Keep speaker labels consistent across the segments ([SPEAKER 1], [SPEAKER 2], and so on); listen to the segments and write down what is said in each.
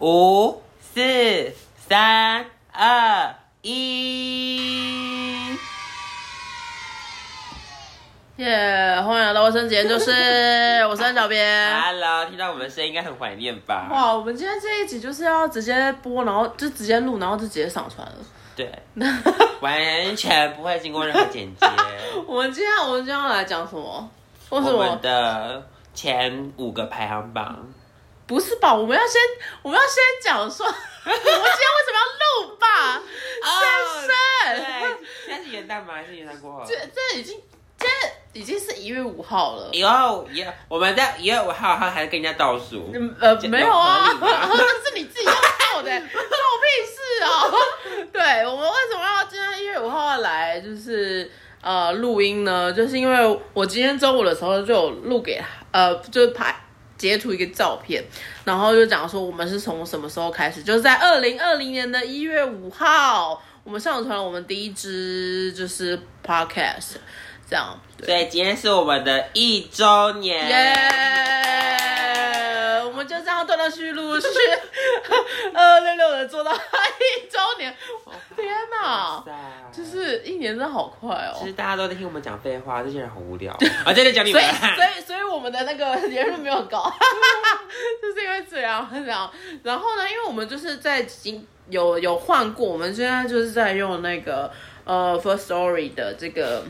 [SPEAKER 1] 五、四、三、二、一。
[SPEAKER 2] 耶、欢迎来到卫生间，就是 我是安小编。
[SPEAKER 1] Hello，听到我们的声音应该很怀念吧？
[SPEAKER 2] 哇，我们今天这一集就是要直接播，然后就直接录，然后就直接上传
[SPEAKER 1] 对，
[SPEAKER 2] 了。
[SPEAKER 1] 完全不会经过任何剪接。
[SPEAKER 2] 我们今天我们今天要来讲什么？ 为
[SPEAKER 1] 我
[SPEAKER 2] 什么
[SPEAKER 1] 们？的前五个排行 榜，
[SPEAKER 2] 不是吧？我们要先我们要先讲说，我们今天为什么要录吧？先生，
[SPEAKER 1] 哦对，现在是元旦吗？还是元旦过后？
[SPEAKER 2] 这这已经今天已经是一月五号了。
[SPEAKER 1] 以后也我们在一月五号还跟人家倒数，
[SPEAKER 2] 嗯呃，
[SPEAKER 1] 这
[SPEAKER 2] 没有啊
[SPEAKER 1] 有合理吗，
[SPEAKER 2] 是你自己要做的、欸，关我屁事哦。 对我们为什么要今天一月五号要来，就是呃录音呢？就是因为我今天中午的时候就有录给他，呃，就是拍截图一个照片，然后就讲说我们是从什么时候开始，就是在二零二零年的一月五号，我们上传了我们第一支就是 podcast，这样对。
[SPEAKER 1] 所以今天是我们的一周年。
[SPEAKER 2] 耶！我们就这样断断续续，陆续二六六的做到一周年，天哪！
[SPEAKER 1] 哇塞
[SPEAKER 2] 就是一年真的好快哦
[SPEAKER 1] 其。实大家都在听我们讲废话，这些人好无聊。啊，这里讲你
[SPEAKER 2] 所
[SPEAKER 1] 们
[SPEAKER 2] 以，。所以，所以我们的那个言论没有很高， 就是因为这样这样。然后呢，因为我们就是在已经有有换过，我们现在就是在用那个呃 First Story 的这个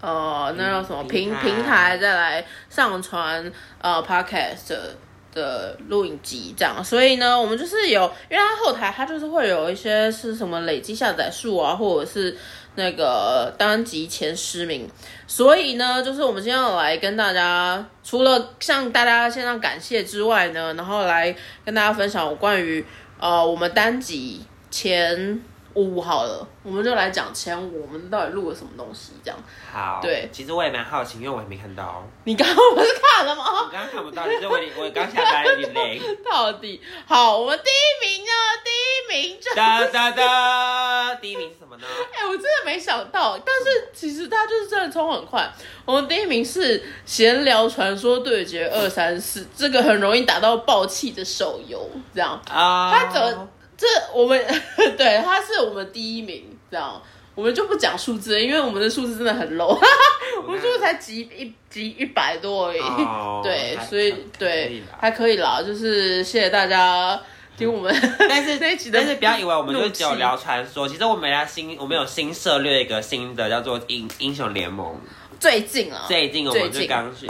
[SPEAKER 2] 呃那叫什么
[SPEAKER 1] 平
[SPEAKER 2] 平
[SPEAKER 1] 台
[SPEAKER 2] 平台再来上传呃 Podcast 的的录影集这样。所以呢，我们就是有，因为它后台它就是会有一些是什么累积下载数啊，或者是。那个单集前十名，所以呢，就是我们今天要来跟大家，除了向大家线上感谢之外呢，然后来跟大家分享有关于呃我们单集前五好了，我们就来讲前五，我们到底录了什么东西这样。
[SPEAKER 1] 好，
[SPEAKER 2] 对
[SPEAKER 1] 其实我也蛮好奇，因为我还没看到，
[SPEAKER 2] 你刚刚不是看了
[SPEAKER 1] 我
[SPEAKER 2] 吗？
[SPEAKER 1] 刚刚看不到，其实我有点我刚下班有点累。
[SPEAKER 2] 到底好，我们第一名呢？第一名 就
[SPEAKER 1] 哒哒哒，第一名是什么呢？
[SPEAKER 2] 哎、我真的没想到，但是其实他就是真的冲很快。我们第一名是《闲聊传说对决二三四》，这个很容易打到爆气的手游，这样。
[SPEAKER 1] 啊，
[SPEAKER 2] 他怎么这我们 对他是我们第一名，这样我们就不讲数字，因为我们的数字真的很 low，我 们数字才几一几一百多而已。
[SPEAKER 1] 哦
[SPEAKER 2] 对，
[SPEAKER 1] 还
[SPEAKER 2] 所以
[SPEAKER 1] 还可以
[SPEAKER 2] 对
[SPEAKER 1] 啦
[SPEAKER 2] 还可以啦，就是谢谢大家听我们
[SPEAKER 1] 但是
[SPEAKER 2] 这一集的
[SPEAKER 1] 但是不要以为我们就
[SPEAKER 2] 怒
[SPEAKER 1] 只有
[SPEAKER 2] 气
[SPEAKER 1] 聊传说，其实我们要新，我们有新涉略一个新的叫做英英雄联盟。
[SPEAKER 2] 最近啊，
[SPEAKER 1] 最近我们
[SPEAKER 2] 哦最
[SPEAKER 1] 就
[SPEAKER 2] 近
[SPEAKER 1] 刚去，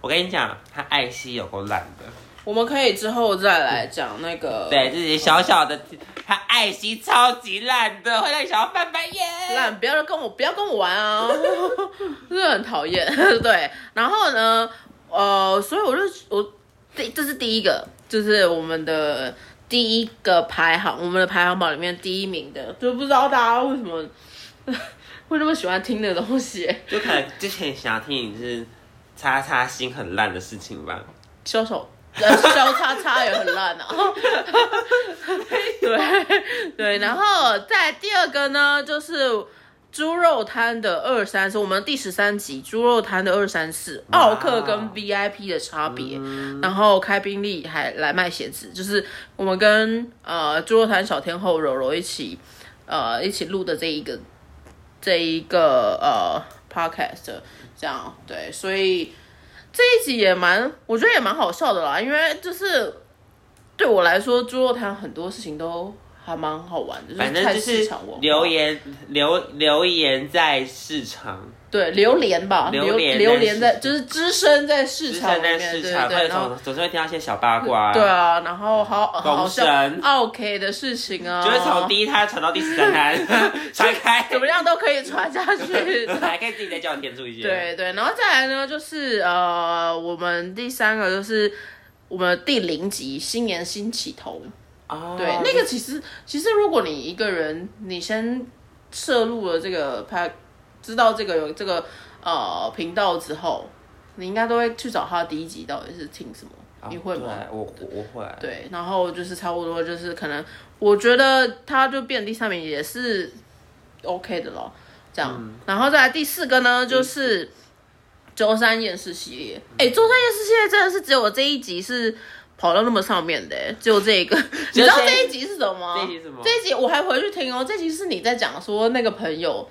[SPEAKER 1] 我跟你讲，他艾希有够烂的，
[SPEAKER 2] 我们可以之后再来讲那个
[SPEAKER 1] 对自己小小的，他艾希超级烂的，会让你想要翻白眼。
[SPEAKER 2] 烂，不要跟我不要跟我玩啊， 真的很讨厌。 对，然后呢，呃，所以我就我这这是第一个，就是我们的第一个排行，我们的排行榜里面第一名的，就不知道大家为什么 会那么喜欢听的东西，
[SPEAKER 1] 就可能之前想要听你是叉叉心很烂的事情吧，
[SPEAKER 2] 销售。呃，交叉叉也很烂啊， 对对，然后再第二个呢，就是猪肉摊的二三是我们第十三集猪肉摊的二三四，
[SPEAKER 1] 哇
[SPEAKER 2] 奥克跟 VIP 的差别，然后开宾利还来卖鞋子，就是我们跟呃猪肉摊小天后柔柔一起呃一起录的这一个这一个呃 podcast 这样对，所以这一集也蛮我觉得也蛮好笑的啦，因为就是对我来说猪肉摊很多事情都。还蛮好玩的，
[SPEAKER 1] 反
[SPEAKER 2] 太
[SPEAKER 1] 正就
[SPEAKER 2] 市
[SPEAKER 1] 是
[SPEAKER 2] 场文化
[SPEAKER 1] 留言留留言在市场，
[SPEAKER 2] 对，榴莲吧，
[SPEAKER 1] 榴
[SPEAKER 2] 榴
[SPEAKER 1] 莲
[SPEAKER 2] 榴
[SPEAKER 1] 在
[SPEAKER 2] 莲
[SPEAKER 1] 市
[SPEAKER 2] 在就是滋生在市
[SPEAKER 1] 就是
[SPEAKER 2] 场里
[SPEAKER 1] 在
[SPEAKER 2] 面，
[SPEAKER 1] 市
[SPEAKER 2] 对
[SPEAKER 1] 场，
[SPEAKER 2] 对对，
[SPEAKER 1] 会
[SPEAKER 2] 然后
[SPEAKER 1] 总总是会听到一些小八卦，
[SPEAKER 2] 对，啊，然后好好
[SPEAKER 1] 公
[SPEAKER 2] 像
[SPEAKER 1] 神
[SPEAKER 2] OK 的事情啊，
[SPEAKER 1] 就会从第一摊传到第十三 摊，传开，
[SPEAKER 2] 怎么样都可以传下去。
[SPEAKER 1] 还可以自己再叫你填出一些，，
[SPEAKER 2] 对对，然后再来呢，就是呃，我们第三个就是我们第零集新年新起头，
[SPEAKER 1] 哦，
[SPEAKER 2] 对，那个其实其实如果你一个人，你先摄入了这个拍，知道这个有这个呃频道之后，你应该都会去找他第一集到底是听什么，
[SPEAKER 1] 哦
[SPEAKER 2] 你会吗？哦
[SPEAKER 1] 对我我我会，
[SPEAKER 2] 对，然后就是差不多就是可能，我觉得他就变第三名也是 OK 的咯，这样。
[SPEAKER 1] 嗯
[SPEAKER 2] 然后再来第四个呢，就是周三厌世系列。哎、周三厌世系列真的是只有我这一集是跑到那么上面的、欸只有这一个。 你知道这一集是什么吗？
[SPEAKER 1] 这一集是什么
[SPEAKER 2] 这一集我还回去听哦，这集是你在讲说那个朋友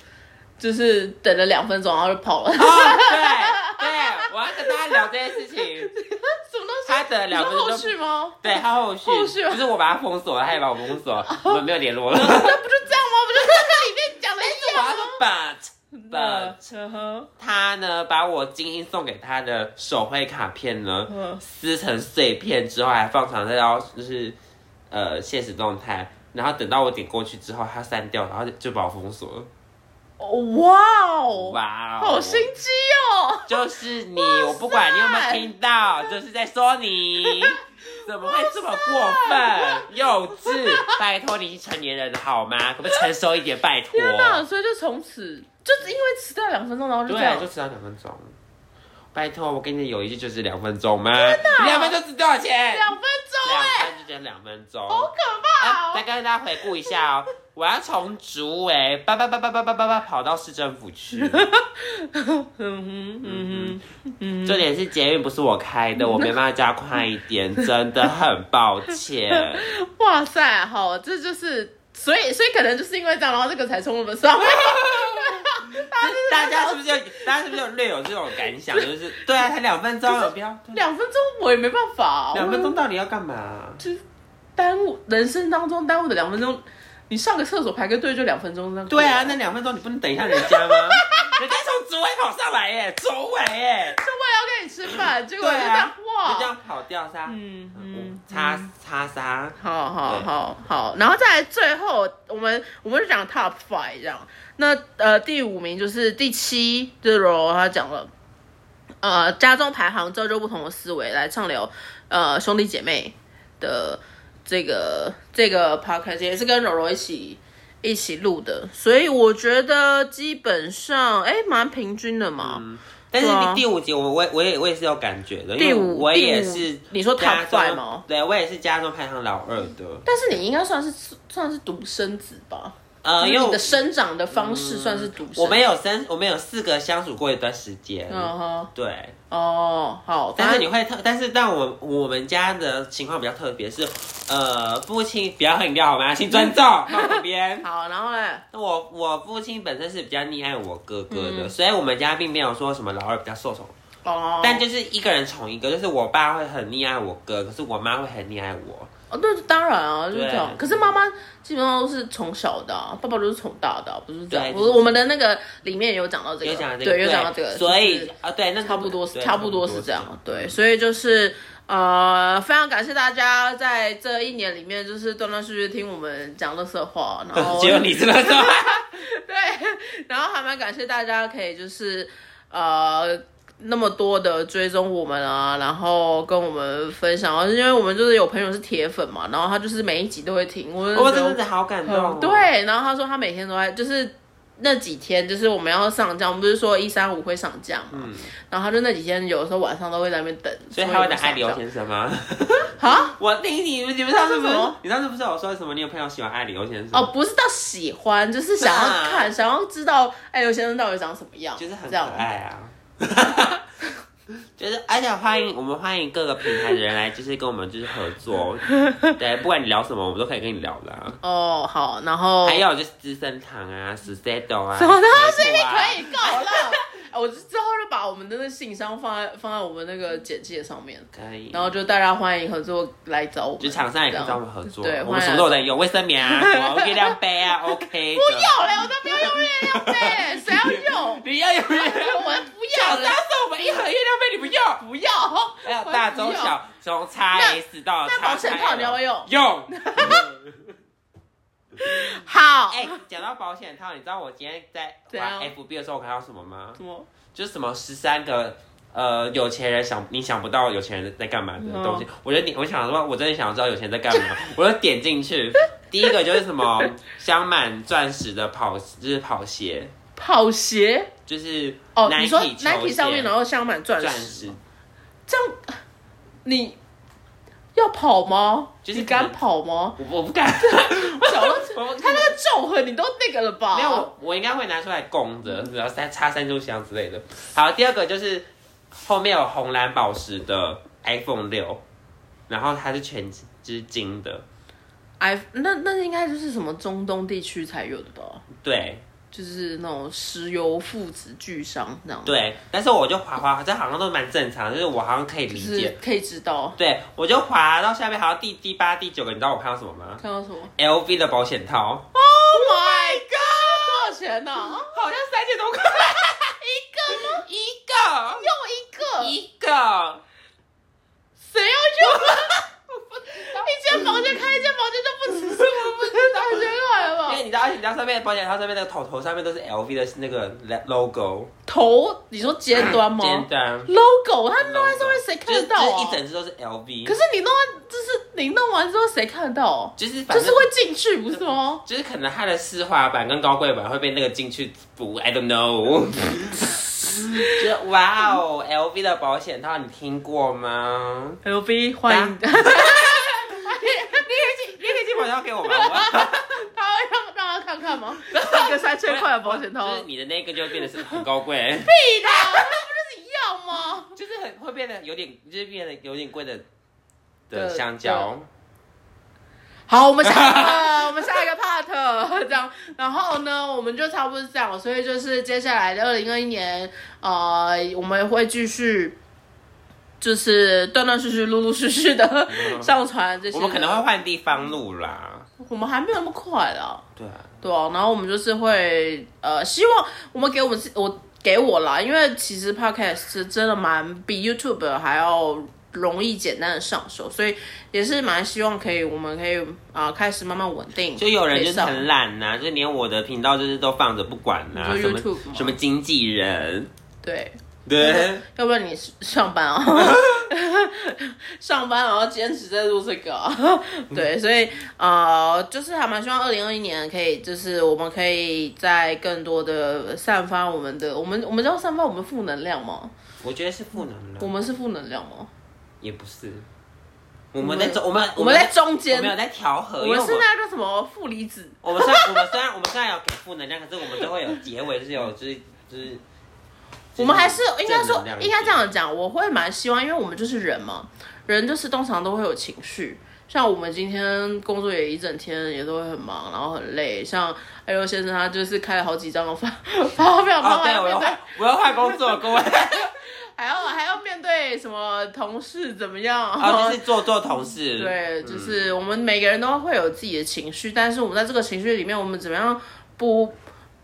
[SPEAKER 2] 就是等了两分钟，然后就跑了，
[SPEAKER 1] 哦，对对，我要跟大家聊这件事情。
[SPEAKER 2] 什么东西？
[SPEAKER 1] 他的两分
[SPEAKER 2] 你说后
[SPEAKER 1] 钟
[SPEAKER 2] 续吗？
[SPEAKER 1] 对他后续，
[SPEAKER 2] 后续吗哦
[SPEAKER 1] 就是我把他封锁了，他也把我封锁，我们没有联络了。
[SPEAKER 2] 那不就这样吗？不就跟里面讲的一
[SPEAKER 1] 我
[SPEAKER 2] 样
[SPEAKER 1] 要
[SPEAKER 2] 吗
[SPEAKER 1] 说？，but
[SPEAKER 2] 呃
[SPEAKER 1] but，
[SPEAKER 2] 嗯哼
[SPEAKER 1] 他呢把我精心送给他的手绘卡片呢，
[SPEAKER 2] 嗯
[SPEAKER 1] 撕成碎片之后，还放长在到就是呃现实动态，然后等到我点过去之后，他删掉，然后就就把我封锁了。
[SPEAKER 2] 哦哇哦，
[SPEAKER 1] 哇、哦，
[SPEAKER 2] 好心机哦！
[SPEAKER 1] 就是你，我不管你有没有听到，就是在说 你。怎么会这么过分、幼稚？拜托，你已经成年人了好吗？可不可以成熟一点？拜托。
[SPEAKER 2] 天哪！所以就从此就是因为迟到两分钟，然后就这
[SPEAKER 1] 对啊，
[SPEAKER 2] 样
[SPEAKER 1] 就。迟到两分钟。拜托，我跟你的友谊就是两分钟吗？两分钟值多少钱？
[SPEAKER 2] 两分钟
[SPEAKER 1] 两
[SPEAKER 2] 哎、
[SPEAKER 1] 分就只有两分钟。
[SPEAKER 2] 好可怕、
[SPEAKER 1] 啊
[SPEAKER 2] 哦！
[SPEAKER 1] 再跟大家回顾一下哦， 我要从竹围叭叭叭叭叭叭叭叭跑到市政府去。
[SPEAKER 2] 嗯哼嗯
[SPEAKER 1] 重点是捷运不是我开 的，我没办法加快一点，真的很抱歉。
[SPEAKER 2] 哼，哇塞，好，这就是，所以所以可能就是因为这样，然后这个才冲我们上面。
[SPEAKER 1] 大家是不是有？大家是不是有略有这种感想？就是对啊，才两分钟，有必要？
[SPEAKER 2] 两分钟我也没办法、
[SPEAKER 1] 两分钟
[SPEAKER 2] 我
[SPEAKER 1] 到底要干嘛？
[SPEAKER 2] 就是耽误人生当中耽误的两分钟，你上个厕所排个队就两分钟那
[SPEAKER 1] 对啊，那两分钟你不能等一下人 家吗？人家从竹围跑上来耶，竹围耶，
[SPEAKER 2] 是为了要跟你吃饭，结果
[SPEAKER 1] 对
[SPEAKER 2] 就这
[SPEAKER 1] 啊
[SPEAKER 2] 样，
[SPEAKER 1] 就这
[SPEAKER 2] 哇，
[SPEAKER 1] 样跑掉噻。
[SPEAKER 2] 嗯嗯
[SPEAKER 1] 嗯，，擦擦沙，
[SPEAKER 2] 好好
[SPEAKER 1] 对
[SPEAKER 2] 好好，然后再来最后，我们我们就讲 top five 这样。那呃第五名就是第七，就是柔他讲了，呃家中排行造就不同的思维来畅聊呃兄弟姐妹的这个这个 podcast 也是跟柔柔一起一起录的，所以我觉得基本上哎蛮平均的嘛。
[SPEAKER 1] 但是
[SPEAKER 2] 对啊
[SPEAKER 1] 第五集我我也我也我也是有感觉嗯的，因
[SPEAKER 2] 第
[SPEAKER 1] 为
[SPEAKER 2] 五
[SPEAKER 1] 我也
[SPEAKER 2] 第五
[SPEAKER 1] 是
[SPEAKER 2] 你说 top
[SPEAKER 1] 家中
[SPEAKER 2] five 吗？
[SPEAKER 1] 对，我也是家中排行老二的。
[SPEAKER 2] 但是你应该算是算是独生子吧？
[SPEAKER 1] 呃，因为
[SPEAKER 2] 嗯你
[SPEAKER 1] 我
[SPEAKER 2] 的生长的方式算是独生子。
[SPEAKER 1] 我们有三，我们有四个相处过一段时间。
[SPEAKER 2] 嗯哼，
[SPEAKER 1] 对，
[SPEAKER 2] 哦，好，
[SPEAKER 1] 但
[SPEAKER 2] 反
[SPEAKER 1] 是
[SPEAKER 2] 正
[SPEAKER 1] 你会特，但是但我我们家的情况比较特别，是呃，父亲不要喝饮料好吗？请尊 重，放旁边。
[SPEAKER 2] 好，然后呢？
[SPEAKER 1] 我我父亲本身是比较溺爱我哥哥的，
[SPEAKER 2] 嗯
[SPEAKER 1] 所以我们家并没有说什么老二比较受宠，
[SPEAKER 2] 哦，
[SPEAKER 1] 但就是一个人宠一个，就是我爸会很溺爱我哥，可是我妈会很溺爱我。
[SPEAKER 2] 哦，对，当然啊，就是这样。
[SPEAKER 1] 对
[SPEAKER 2] 可是妈妈基本上都是宠小的啊、爸爸都是宠大的啊、不是这
[SPEAKER 1] 对
[SPEAKER 2] 样。我我们的那个里面也有讲到这个，
[SPEAKER 1] 有讲到这个，
[SPEAKER 2] 对，有讲到这个，
[SPEAKER 1] 所
[SPEAKER 2] 就
[SPEAKER 1] 以
[SPEAKER 2] 是
[SPEAKER 1] 啊，对，那
[SPEAKER 2] 差不多是
[SPEAKER 1] 对
[SPEAKER 2] 差不多是 这样，对，所以就是。呃，非常感谢大家在这一年里面，就是断断续续听我们讲乐色话，然后
[SPEAKER 1] 只有哦你知道是吧？
[SPEAKER 2] 对，然后还蛮感谢大家可以就是呃那么多的追踪我们啊，然后跟我们分享啊，因为我们就是有朋友是铁粉嘛，然后他就是每一集都会听，我
[SPEAKER 1] 我
[SPEAKER 2] 我
[SPEAKER 1] 真的是好感动哦、
[SPEAKER 2] 嗯 对，然后他说他每天都在就是。那几天就是我们要上架，我们不是说一三五会上架嘛，然后他就那几天有的时候晚上都会在那边等，
[SPEAKER 1] 嗯所以他会
[SPEAKER 2] 打
[SPEAKER 1] 打爱刘先生吗？
[SPEAKER 2] 啊？
[SPEAKER 1] 我听你，你们上次不
[SPEAKER 2] 这是什
[SPEAKER 1] 是
[SPEAKER 2] 么，
[SPEAKER 1] 你上次不是有说什么？你有朋友喜欢爱刘先生？
[SPEAKER 2] 哦，，不是到喜欢，就是想要
[SPEAKER 1] 啊
[SPEAKER 2] 看，想要知道哎刘先生到底长什么样，
[SPEAKER 1] 就是很
[SPEAKER 2] 这
[SPEAKER 1] 可
[SPEAKER 2] 样
[SPEAKER 1] 爱啊。就是，而且欢迎我们欢迎各个平台的人来，就是跟我们就是合 作。对，不管你聊什么，我们都可以跟你聊的啊、
[SPEAKER 2] 哦，好，然后
[SPEAKER 1] 还有就是资生堂啊、s t a d o 啊，
[SPEAKER 2] 什么东西
[SPEAKER 1] 你
[SPEAKER 2] 可以够了。 我之后就把我们的那信箱放在放在我们那个简介上面，
[SPEAKER 1] 可以，
[SPEAKER 2] 然后就大家欢迎合作来找我们，
[SPEAKER 1] 就厂商也
[SPEAKER 2] 这
[SPEAKER 1] 可以
[SPEAKER 2] 样
[SPEAKER 1] 找我们合作，啊
[SPEAKER 2] 对，
[SPEAKER 1] 我们
[SPEAKER 2] 欢迎
[SPEAKER 1] 什么都有在用，卫生棉啊，什么月亮杯 啊，OK 不
[SPEAKER 2] 不要嘞，我都没有用月亮杯，谁要 用？
[SPEAKER 1] 你要有月亮杯，
[SPEAKER 2] 我不
[SPEAKER 1] 小
[SPEAKER 2] 要
[SPEAKER 1] 三
[SPEAKER 2] 了，
[SPEAKER 1] 送我们一盒月亮杯，你不要。
[SPEAKER 2] 不要。
[SPEAKER 1] 还有大中小，从 x S 到 x
[SPEAKER 2] 那保险套你要不要
[SPEAKER 1] 用？
[SPEAKER 2] 好，
[SPEAKER 1] 哎，讲到保险套，你知道我今天在
[SPEAKER 2] 怎样
[SPEAKER 1] 玩 FB 的时候，我看到什么吗？
[SPEAKER 2] 什么？
[SPEAKER 1] 就是什么十三个呃有钱人想你想不到有钱人在干嘛的东西。我就点，我想说，我真的想知道有钱人在干嘛，我就点进去。第一个就是什么镶满钻石的跑，就是跑鞋，
[SPEAKER 2] 跑鞋？
[SPEAKER 1] 就是
[SPEAKER 2] 哦，你说
[SPEAKER 1] Nike 球
[SPEAKER 2] Nike
[SPEAKER 1] 鞋
[SPEAKER 2] 上面然后镶满钻
[SPEAKER 1] 钻
[SPEAKER 2] 石
[SPEAKER 1] 石
[SPEAKER 2] 吗，，这样你要跑吗？
[SPEAKER 1] 就是
[SPEAKER 2] 你
[SPEAKER 1] 可能
[SPEAKER 2] 敢跑吗？
[SPEAKER 1] 我我不敢，
[SPEAKER 2] 小鹿
[SPEAKER 1] 我不敢
[SPEAKER 2] 他那个皱痕你都那个了 吧？
[SPEAKER 1] 没有，我我应该会拿出来供着，然后三插三炷香之类的。好，第二个就是后面有红蓝宝石的 iPhone 六，然后它是全就是金的，
[SPEAKER 2] 哎，那那应该就是什么中东地区才有的吧？
[SPEAKER 1] 对
[SPEAKER 2] 就是那种石油父子巨商那样，，
[SPEAKER 1] 对。但是我就滑滑，这好像都蛮正常，就是我好像可以理
[SPEAKER 2] 就是
[SPEAKER 1] 解。
[SPEAKER 2] 可以知道
[SPEAKER 1] 对，我就滑到下面，好像第第八、第九个，你知道我看到什么吗
[SPEAKER 2] 看到什么。
[SPEAKER 1] ？LV 的保险套，
[SPEAKER 2] Oh my god！多少钱呢、
[SPEAKER 1] 好像三千多块，
[SPEAKER 2] 一个 吗？
[SPEAKER 1] 一个，
[SPEAKER 2] 用一个，
[SPEAKER 1] 一个，
[SPEAKER 2] 谁要用啊？一间房间开一间房间都不止是我不知道学来了
[SPEAKER 1] 因为
[SPEAKER 2] 吧？
[SPEAKER 1] 你知道，你知道上面的保险套上面那个头头上面都是 LV 的那个 logo，
[SPEAKER 2] 头，你说尖端吗
[SPEAKER 1] 尖端，
[SPEAKER 2] ？logo，它弄在上面谁看
[SPEAKER 1] 就是
[SPEAKER 2] 得到
[SPEAKER 1] 就是
[SPEAKER 2] 啊
[SPEAKER 1] 一？整只都是 LV，
[SPEAKER 2] 可是你弄完，就是你弄完之后谁看得到哦？
[SPEAKER 1] 就是反
[SPEAKER 2] 就
[SPEAKER 1] 正
[SPEAKER 2] 是会进去，不是吗？
[SPEAKER 1] 就是可能它的奢华版跟高贵版会被那个进去补，I don't know。就哇哦，LV 的保险套你听过吗？
[SPEAKER 2] L B 欢 迎，他会
[SPEAKER 1] 你可以寄保险套给 我吗？我
[SPEAKER 2] 让让他看看吗？啊一个三千块的保险套，
[SPEAKER 1] 要就是
[SPEAKER 2] 屁
[SPEAKER 1] 你的那个就变得是很高贵，
[SPEAKER 2] 的，那不就是一样吗？
[SPEAKER 1] 就是很会变得有点，就是变得有点贵的的
[SPEAKER 2] 的
[SPEAKER 1] 香蕉。
[SPEAKER 2] 好，我们下一个， 我们下一个 part 这样，然后呢，我们就差不多是这样，所以就是接下来的二零二一年，呃，我们会继续。就是断断续续、陆陆续续的上传这些，
[SPEAKER 1] 我们可能会，换地方录啦。
[SPEAKER 2] 我们还没有那么快啦，
[SPEAKER 1] 对啊，
[SPEAKER 2] 对啊，然后我们就是会呃，希望我们给我们自我给我啦，因为其实 podcast 是真的蛮比 YouTube 还要容易简单的上手，所以也是蛮希望可以，我们可以啊、呃开始慢慢稳定。
[SPEAKER 1] 就有人就是
[SPEAKER 2] 上
[SPEAKER 1] 很懒呐、就连我的频道就是都放着不管呐、
[SPEAKER 2] 就
[SPEAKER 1] 什么
[SPEAKER 2] YouTube 嘛
[SPEAKER 1] 什么经纪人，
[SPEAKER 2] 对，
[SPEAKER 1] 对，
[SPEAKER 2] 要不然你上 班啊，上班然后兼职在做这个啊、 对，所以呃，就是还蛮希望二零二一年可以，就是我们可以在更多的散发我们的，我们我们知道散发我们负能量吗？
[SPEAKER 1] 我觉得是负能
[SPEAKER 2] 我
[SPEAKER 1] 量，
[SPEAKER 2] 们是负能量吗？
[SPEAKER 1] 也不是。我们在中，我们
[SPEAKER 2] 我们在中间
[SPEAKER 1] 我们有在调和，
[SPEAKER 2] 我
[SPEAKER 1] 因为
[SPEAKER 2] 们
[SPEAKER 1] 我
[SPEAKER 2] 是
[SPEAKER 1] 们
[SPEAKER 2] 那个什么负离子，
[SPEAKER 1] 我们虽然我们虽然我们虽然有给负能量，可是我们都会有结尾是有就是就是。
[SPEAKER 2] 我们还是应该
[SPEAKER 1] 正
[SPEAKER 2] 说
[SPEAKER 1] 能量一
[SPEAKER 2] 应
[SPEAKER 1] 点
[SPEAKER 2] 该这样讲，我会蛮希望，因为我们就是人嘛，人就是通常都会有情绪。像我们今天工作也一整天，也都会很忙，然后很累。像艾优先生，他就是开了好几张的发 发票，然
[SPEAKER 1] 哦
[SPEAKER 2] 后，还
[SPEAKER 1] 对，
[SPEAKER 2] 要
[SPEAKER 1] 我
[SPEAKER 2] 面
[SPEAKER 1] 要
[SPEAKER 2] 对，
[SPEAKER 1] 换我要换工作， 各位，
[SPEAKER 2] 还要还要面对什么同事怎么样？
[SPEAKER 1] 然后就是做做同事，
[SPEAKER 2] 对，就是我们每个人都会有自己的情绪，但是我们在这个情绪里面，我们怎么样不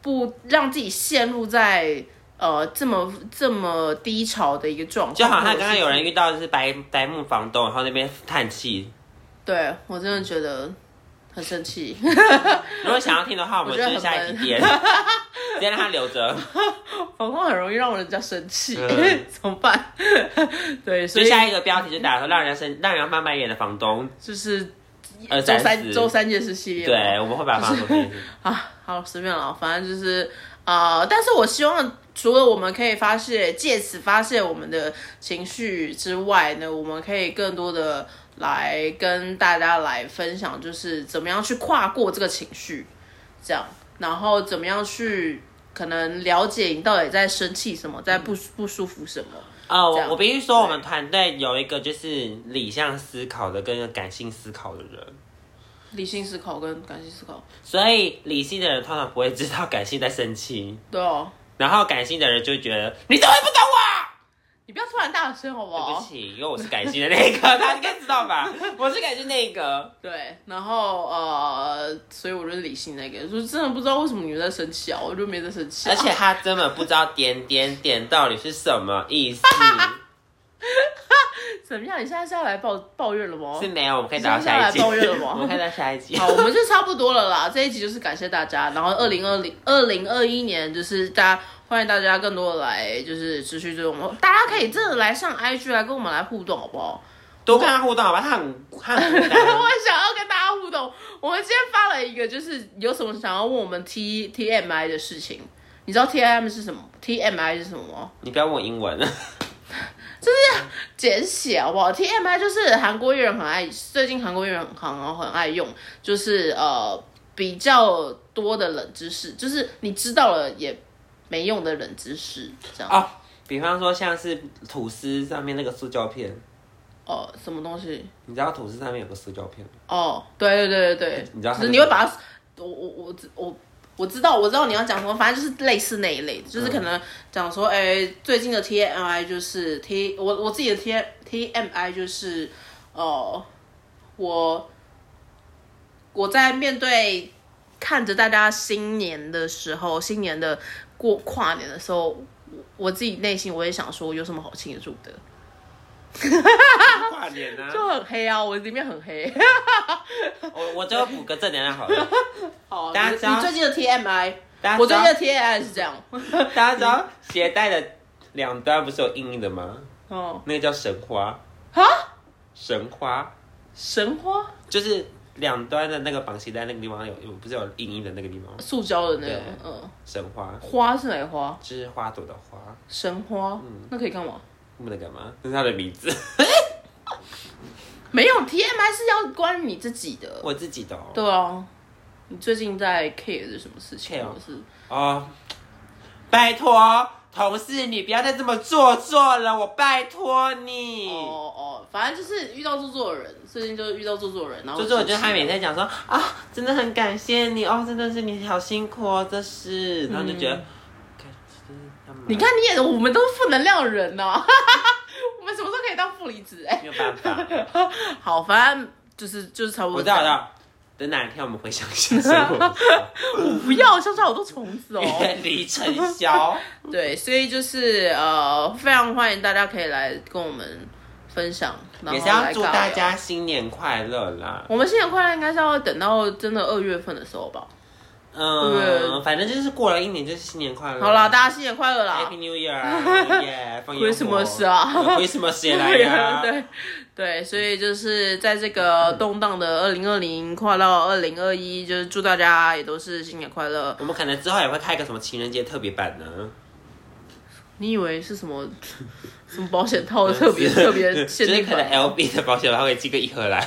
[SPEAKER 2] 不让自己陷入在呃这么这么低潮的一个状况？
[SPEAKER 1] 就好像刚
[SPEAKER 2] 或者
[SPEAKER 1] 刚
[SPEAKER 2] 是
[SPEAKER 1] 有人遇到就是白白木房东，然后那边叹气。
[SPEAKER 2] 对我真的觉得很生气，
[SPEAKER 1] 如果想要听的话，我们
[SPEAKER 2] 我觉
[SPEAKER 1] 就
[SPEAKER 2] 得
[SPEAKER 1] 是下
[SPEAKER 2] 很
[SPEAKER 1] 一集 点，直接让他留着。
[SPEAKER 2] 反光很容易让人家生气，
[SPEAKER 1] 嗯
[SPEAKER 2] 怎么办？对，所
[SPEAKER 1] 就
[SPEAKER 2] 以
[SPEAKER 1] 下一个标题就打说让人家生，让人家翻白眼的房东。
[SPEAKER 2] 就是
[SPEAKER 1] 呃，
[SPEAKER 2] 周
[SPEAKER 1] 三
[SPEAKER 2] 三
[SPEAKER 1] 十
[SPEAKER 2] 周三件事系列嘛，
[SPEAKER 1] 对，我们会把房东变成。
[SPEAKER 2] 啊，好随便了，反正就是呃，但是我希望除了我们可以发泄，借此发泄我们的情绪之外呢，我们可以更多的来跟大家来分享，就是怎么样去跨过这个情绪，这样，然后怎么样去可能了解你到底在生气什么，在不
[SPEAKER 1] 嗯
[SPEAKER 2] 不舒服什么。
[SPEAKER 1] 哦，
[SPEAKER 2] 这
[SPEAKER 1] 我
[SPEAKER 2] 样
[SPEAKER 1] 我必须说，我们团队有一个就是理向思考的跟感性思考的人，
[SPEAKER 2] 理性思考跟感性思考，
[SPEAKER 1] 所以理性的人通常不会知道感性在生气，
[SPEAKER 2] 对哦，
[SPEAKER 1] 然后感性的人就会觉得你怎么会不懂我？
[SPEAKER 2] 你不要突然大声好不
[SPEAKER 1] 对
[SPEAKER 2] 好
[SPEAKER 1] 不？起，因为我是感性的那个， 大家应该知道吧？我是感性那个。
[SPEAKER 2] 对，然后呃，所以我就是理性那个，就是真的不知道为什么你们在生气啊，我就没在生气、啊。
[SPEAKER 1] 而且他根本不知道点点点到底是什么意 思，
[SPEAKER 2] 怎么样？你现在是要来抱抱怨了吗
[SPEAKER 1] 是？没有，我们可以打到下一集，
[SPEAKER 2] 你现在来抱怨了吗
[SPEAKER 1] 我们可以到下一集
[SPEAKER 2] 好，。我们就差不多了啦。 这一集就是感谢大家，然后二零二零二零二一年就是大家欢迎大家更多的来就是持续追踪我们，大家可以真的来上 IG 来跟我们来互动好不好？
[SPEAKER 1] 多跟他互动好吧，他很他很孤单
[SPEAKER 2] 我也想要跟大家互动。我们今天发了一个，就是有什么想要问我们 T T M I 的事情，你知道 T M 是什么？T M I 是什么吗？
[SPEAKER 1] 你不要问我英文，
[SPEAKER 2] 简写好不好？TMI 就是韩国艺人很爱，最近韩国艺人很行，然后很爱用，就是呃比较多的冷知识，就是你知道了也没用的
[SPEAKER 1] 啊
[SPEAKER 2] 冷知识，这样。
[SPEAKER 1] 哦。比方说像是吐司上面那个塑胶片，
[SPEAKER 2] 哦什么东西？
[SPEAKER 1] 你知道吐司上面有个死角片吗？
[SPEAKER 2] 哦，对对对对对，
[SPEAKER 1] 你知道它
[SPEAKER 2] 只
[SPEAKER 1] 是
[SPEAKER 2] 是你会把它，我我我知我我知道我知道你要讲什么，反正就是类似那一类，就是
[SPEAKER 1] 嗯
[SPEAKER 2] 可能讲说，哎、最近的 TMI 就是 T，我我自己的 T TMI 就是，哦、我我在面对看着大家新年的时候，新年的过跨年的时候。我我自己内心我也想说，有什么好庆祝的？
[SPEAKER 1] 跨年啊！
[SPEAKER 2] 就很黑啊，我里面很黑。
[SPEAKER 1] 我我最后补个正能量好 了。
[SPEAKER 2] 好，
[SPEAKER 1] 大家
[SPEAKER 2] 你
[SPEAKER 1] 知道
[SPEAKER 2] 你最近的 TMI
[SPEAKER 1] 大家
[SPEAKER 2] 我
[SPEAKER 1] 知
[SPEAKER 2] 最
[SPEAKER 1] 道
[SPEAKER 2] 近的 T A I 是这样，
[SPEAKER 1] 大家知道鞋带的两端不是有硬硬的吗？
[SPEAKER 2] 哦，
[SPEAKER 1] 那个叫绳花。
[SPEAKER 2] 啊，
[SPEAKER 1] 绳花
[SPEAKER 2] 神花
[SPEAKER 1] 就是两端的那个绑鞋带那个地方有有不是有硬硬的那个地方吗？
[SPEAKER 2] 塑胶的那
[SPEAKER 1] 对
[SPEAKER 2] 种，嗯，
[SPEAKER 1] 绳花
[SPEAKER 2] 花是哪个花？
[SPEAKER 1] 就是花朵的花，
[SPEAKER 2] 神花，
[SPEAKER 1] 嗯
[SPEAKER 2] 那可以干嘛？
[SPEAKER 1] 不能干嘛？这是它的名字。
[SPEAKER 2] 没有 T M I 是要关于你自己的，
[SPEAKER 1] 我自己的哦。
[SPEAKER 2] 对啊，你最近在 care 的什么事情？
[SPEAKER 1] care
[SPEAKER 2] 我是
[SPEAKER 1] 哦，拜托，同事你不要再这么做作了，我拜托你。
[SPEAKER 2] 哦哦，反正就是遇到做作的人，最近就是遇到做作的人，然后
[SPEAKER 1] 就是我觉得他每
[SPEAKER 2] 没
[SPEAKER 1] 天讲说啊，真的很感谢你哦，真的是你好辛苦哦，这是，然后就觉得，看这是他妈
[SPEAKER 2] 你看你也，我们都是负能量的人呐、 我们什么时候可以当负离子？哎、
[SPEAKER 1] 没有办法，
[SPEAKER 2] 好，反正就是就是差不多
[SPEAKER 1] 我
[SPEAKER 2] 这
[SPEAKER 1] 知道
[SPEAKER 2] 样。
[SPEAKER 1] 我知道，等哪一天我们回想一下生 活的时
[SPEAKER 2] 不要，像这好多虫 子哦。
[SPEAKER 1] 候，远离尘嚣。
[SPEAKER 2] 对，所以就是呃，非常欢迎大家可以来跟我们分享，然后
[SPEAKER 1] 也是要
[SPEAKER 2] 来
[SPEAKER 1] 祝
[SPEAKER 2] 尬
[SPEAKER 1] 大
[SPEAKER 2] 聊。
[SPEAKER 1] 家新年快乐啦！
[SPEAKER 2] 我们新年快乐应该是要等到真的二月份的时候吧。对
[SPEAKER 1] 嗯，反正就是过了一年就是新年快乐。
[SPEAKER 2] 好啦，大家新年快乐啦
[SPEAKER 1] ，Happy New Year，耶！放烟火
[SPEAKER 2] Christmas 啊！
[SPEAKER 1] ，Christmas 也来呀
[SPEAKER 2] 对对，所以就是在这个动荡的二零二零跨到二零二一，就是祝大家也都是新年快乐。
[SPEAKER 1] 我们可能之后也会开个什么情人节特别版呢？
[SPEAKER 2] 你以为是 什么什么保险套的特别特别限
[SPEAKER 1] 就是
[SPEAKER 2] 定
[SPEAKER 1] 可能
[SPEAKER 2] 款？
[SPEAKER 1] LB 的保险它会寄个一盒来，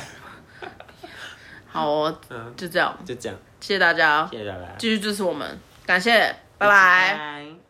[SPEAKER 2] 好、哦，
[SPEAKER 1] 嗯，
[SPEAKER 2] 就这样，
[SPEAKER 1] 就这样，
[SPEAKER 2] 谢谢大家，
[SPEAKER 1] 谢谢大家，
[SPEAKER 2] 继续支持我们，感谢，拜拜。
[SPEAKER 1] 拜。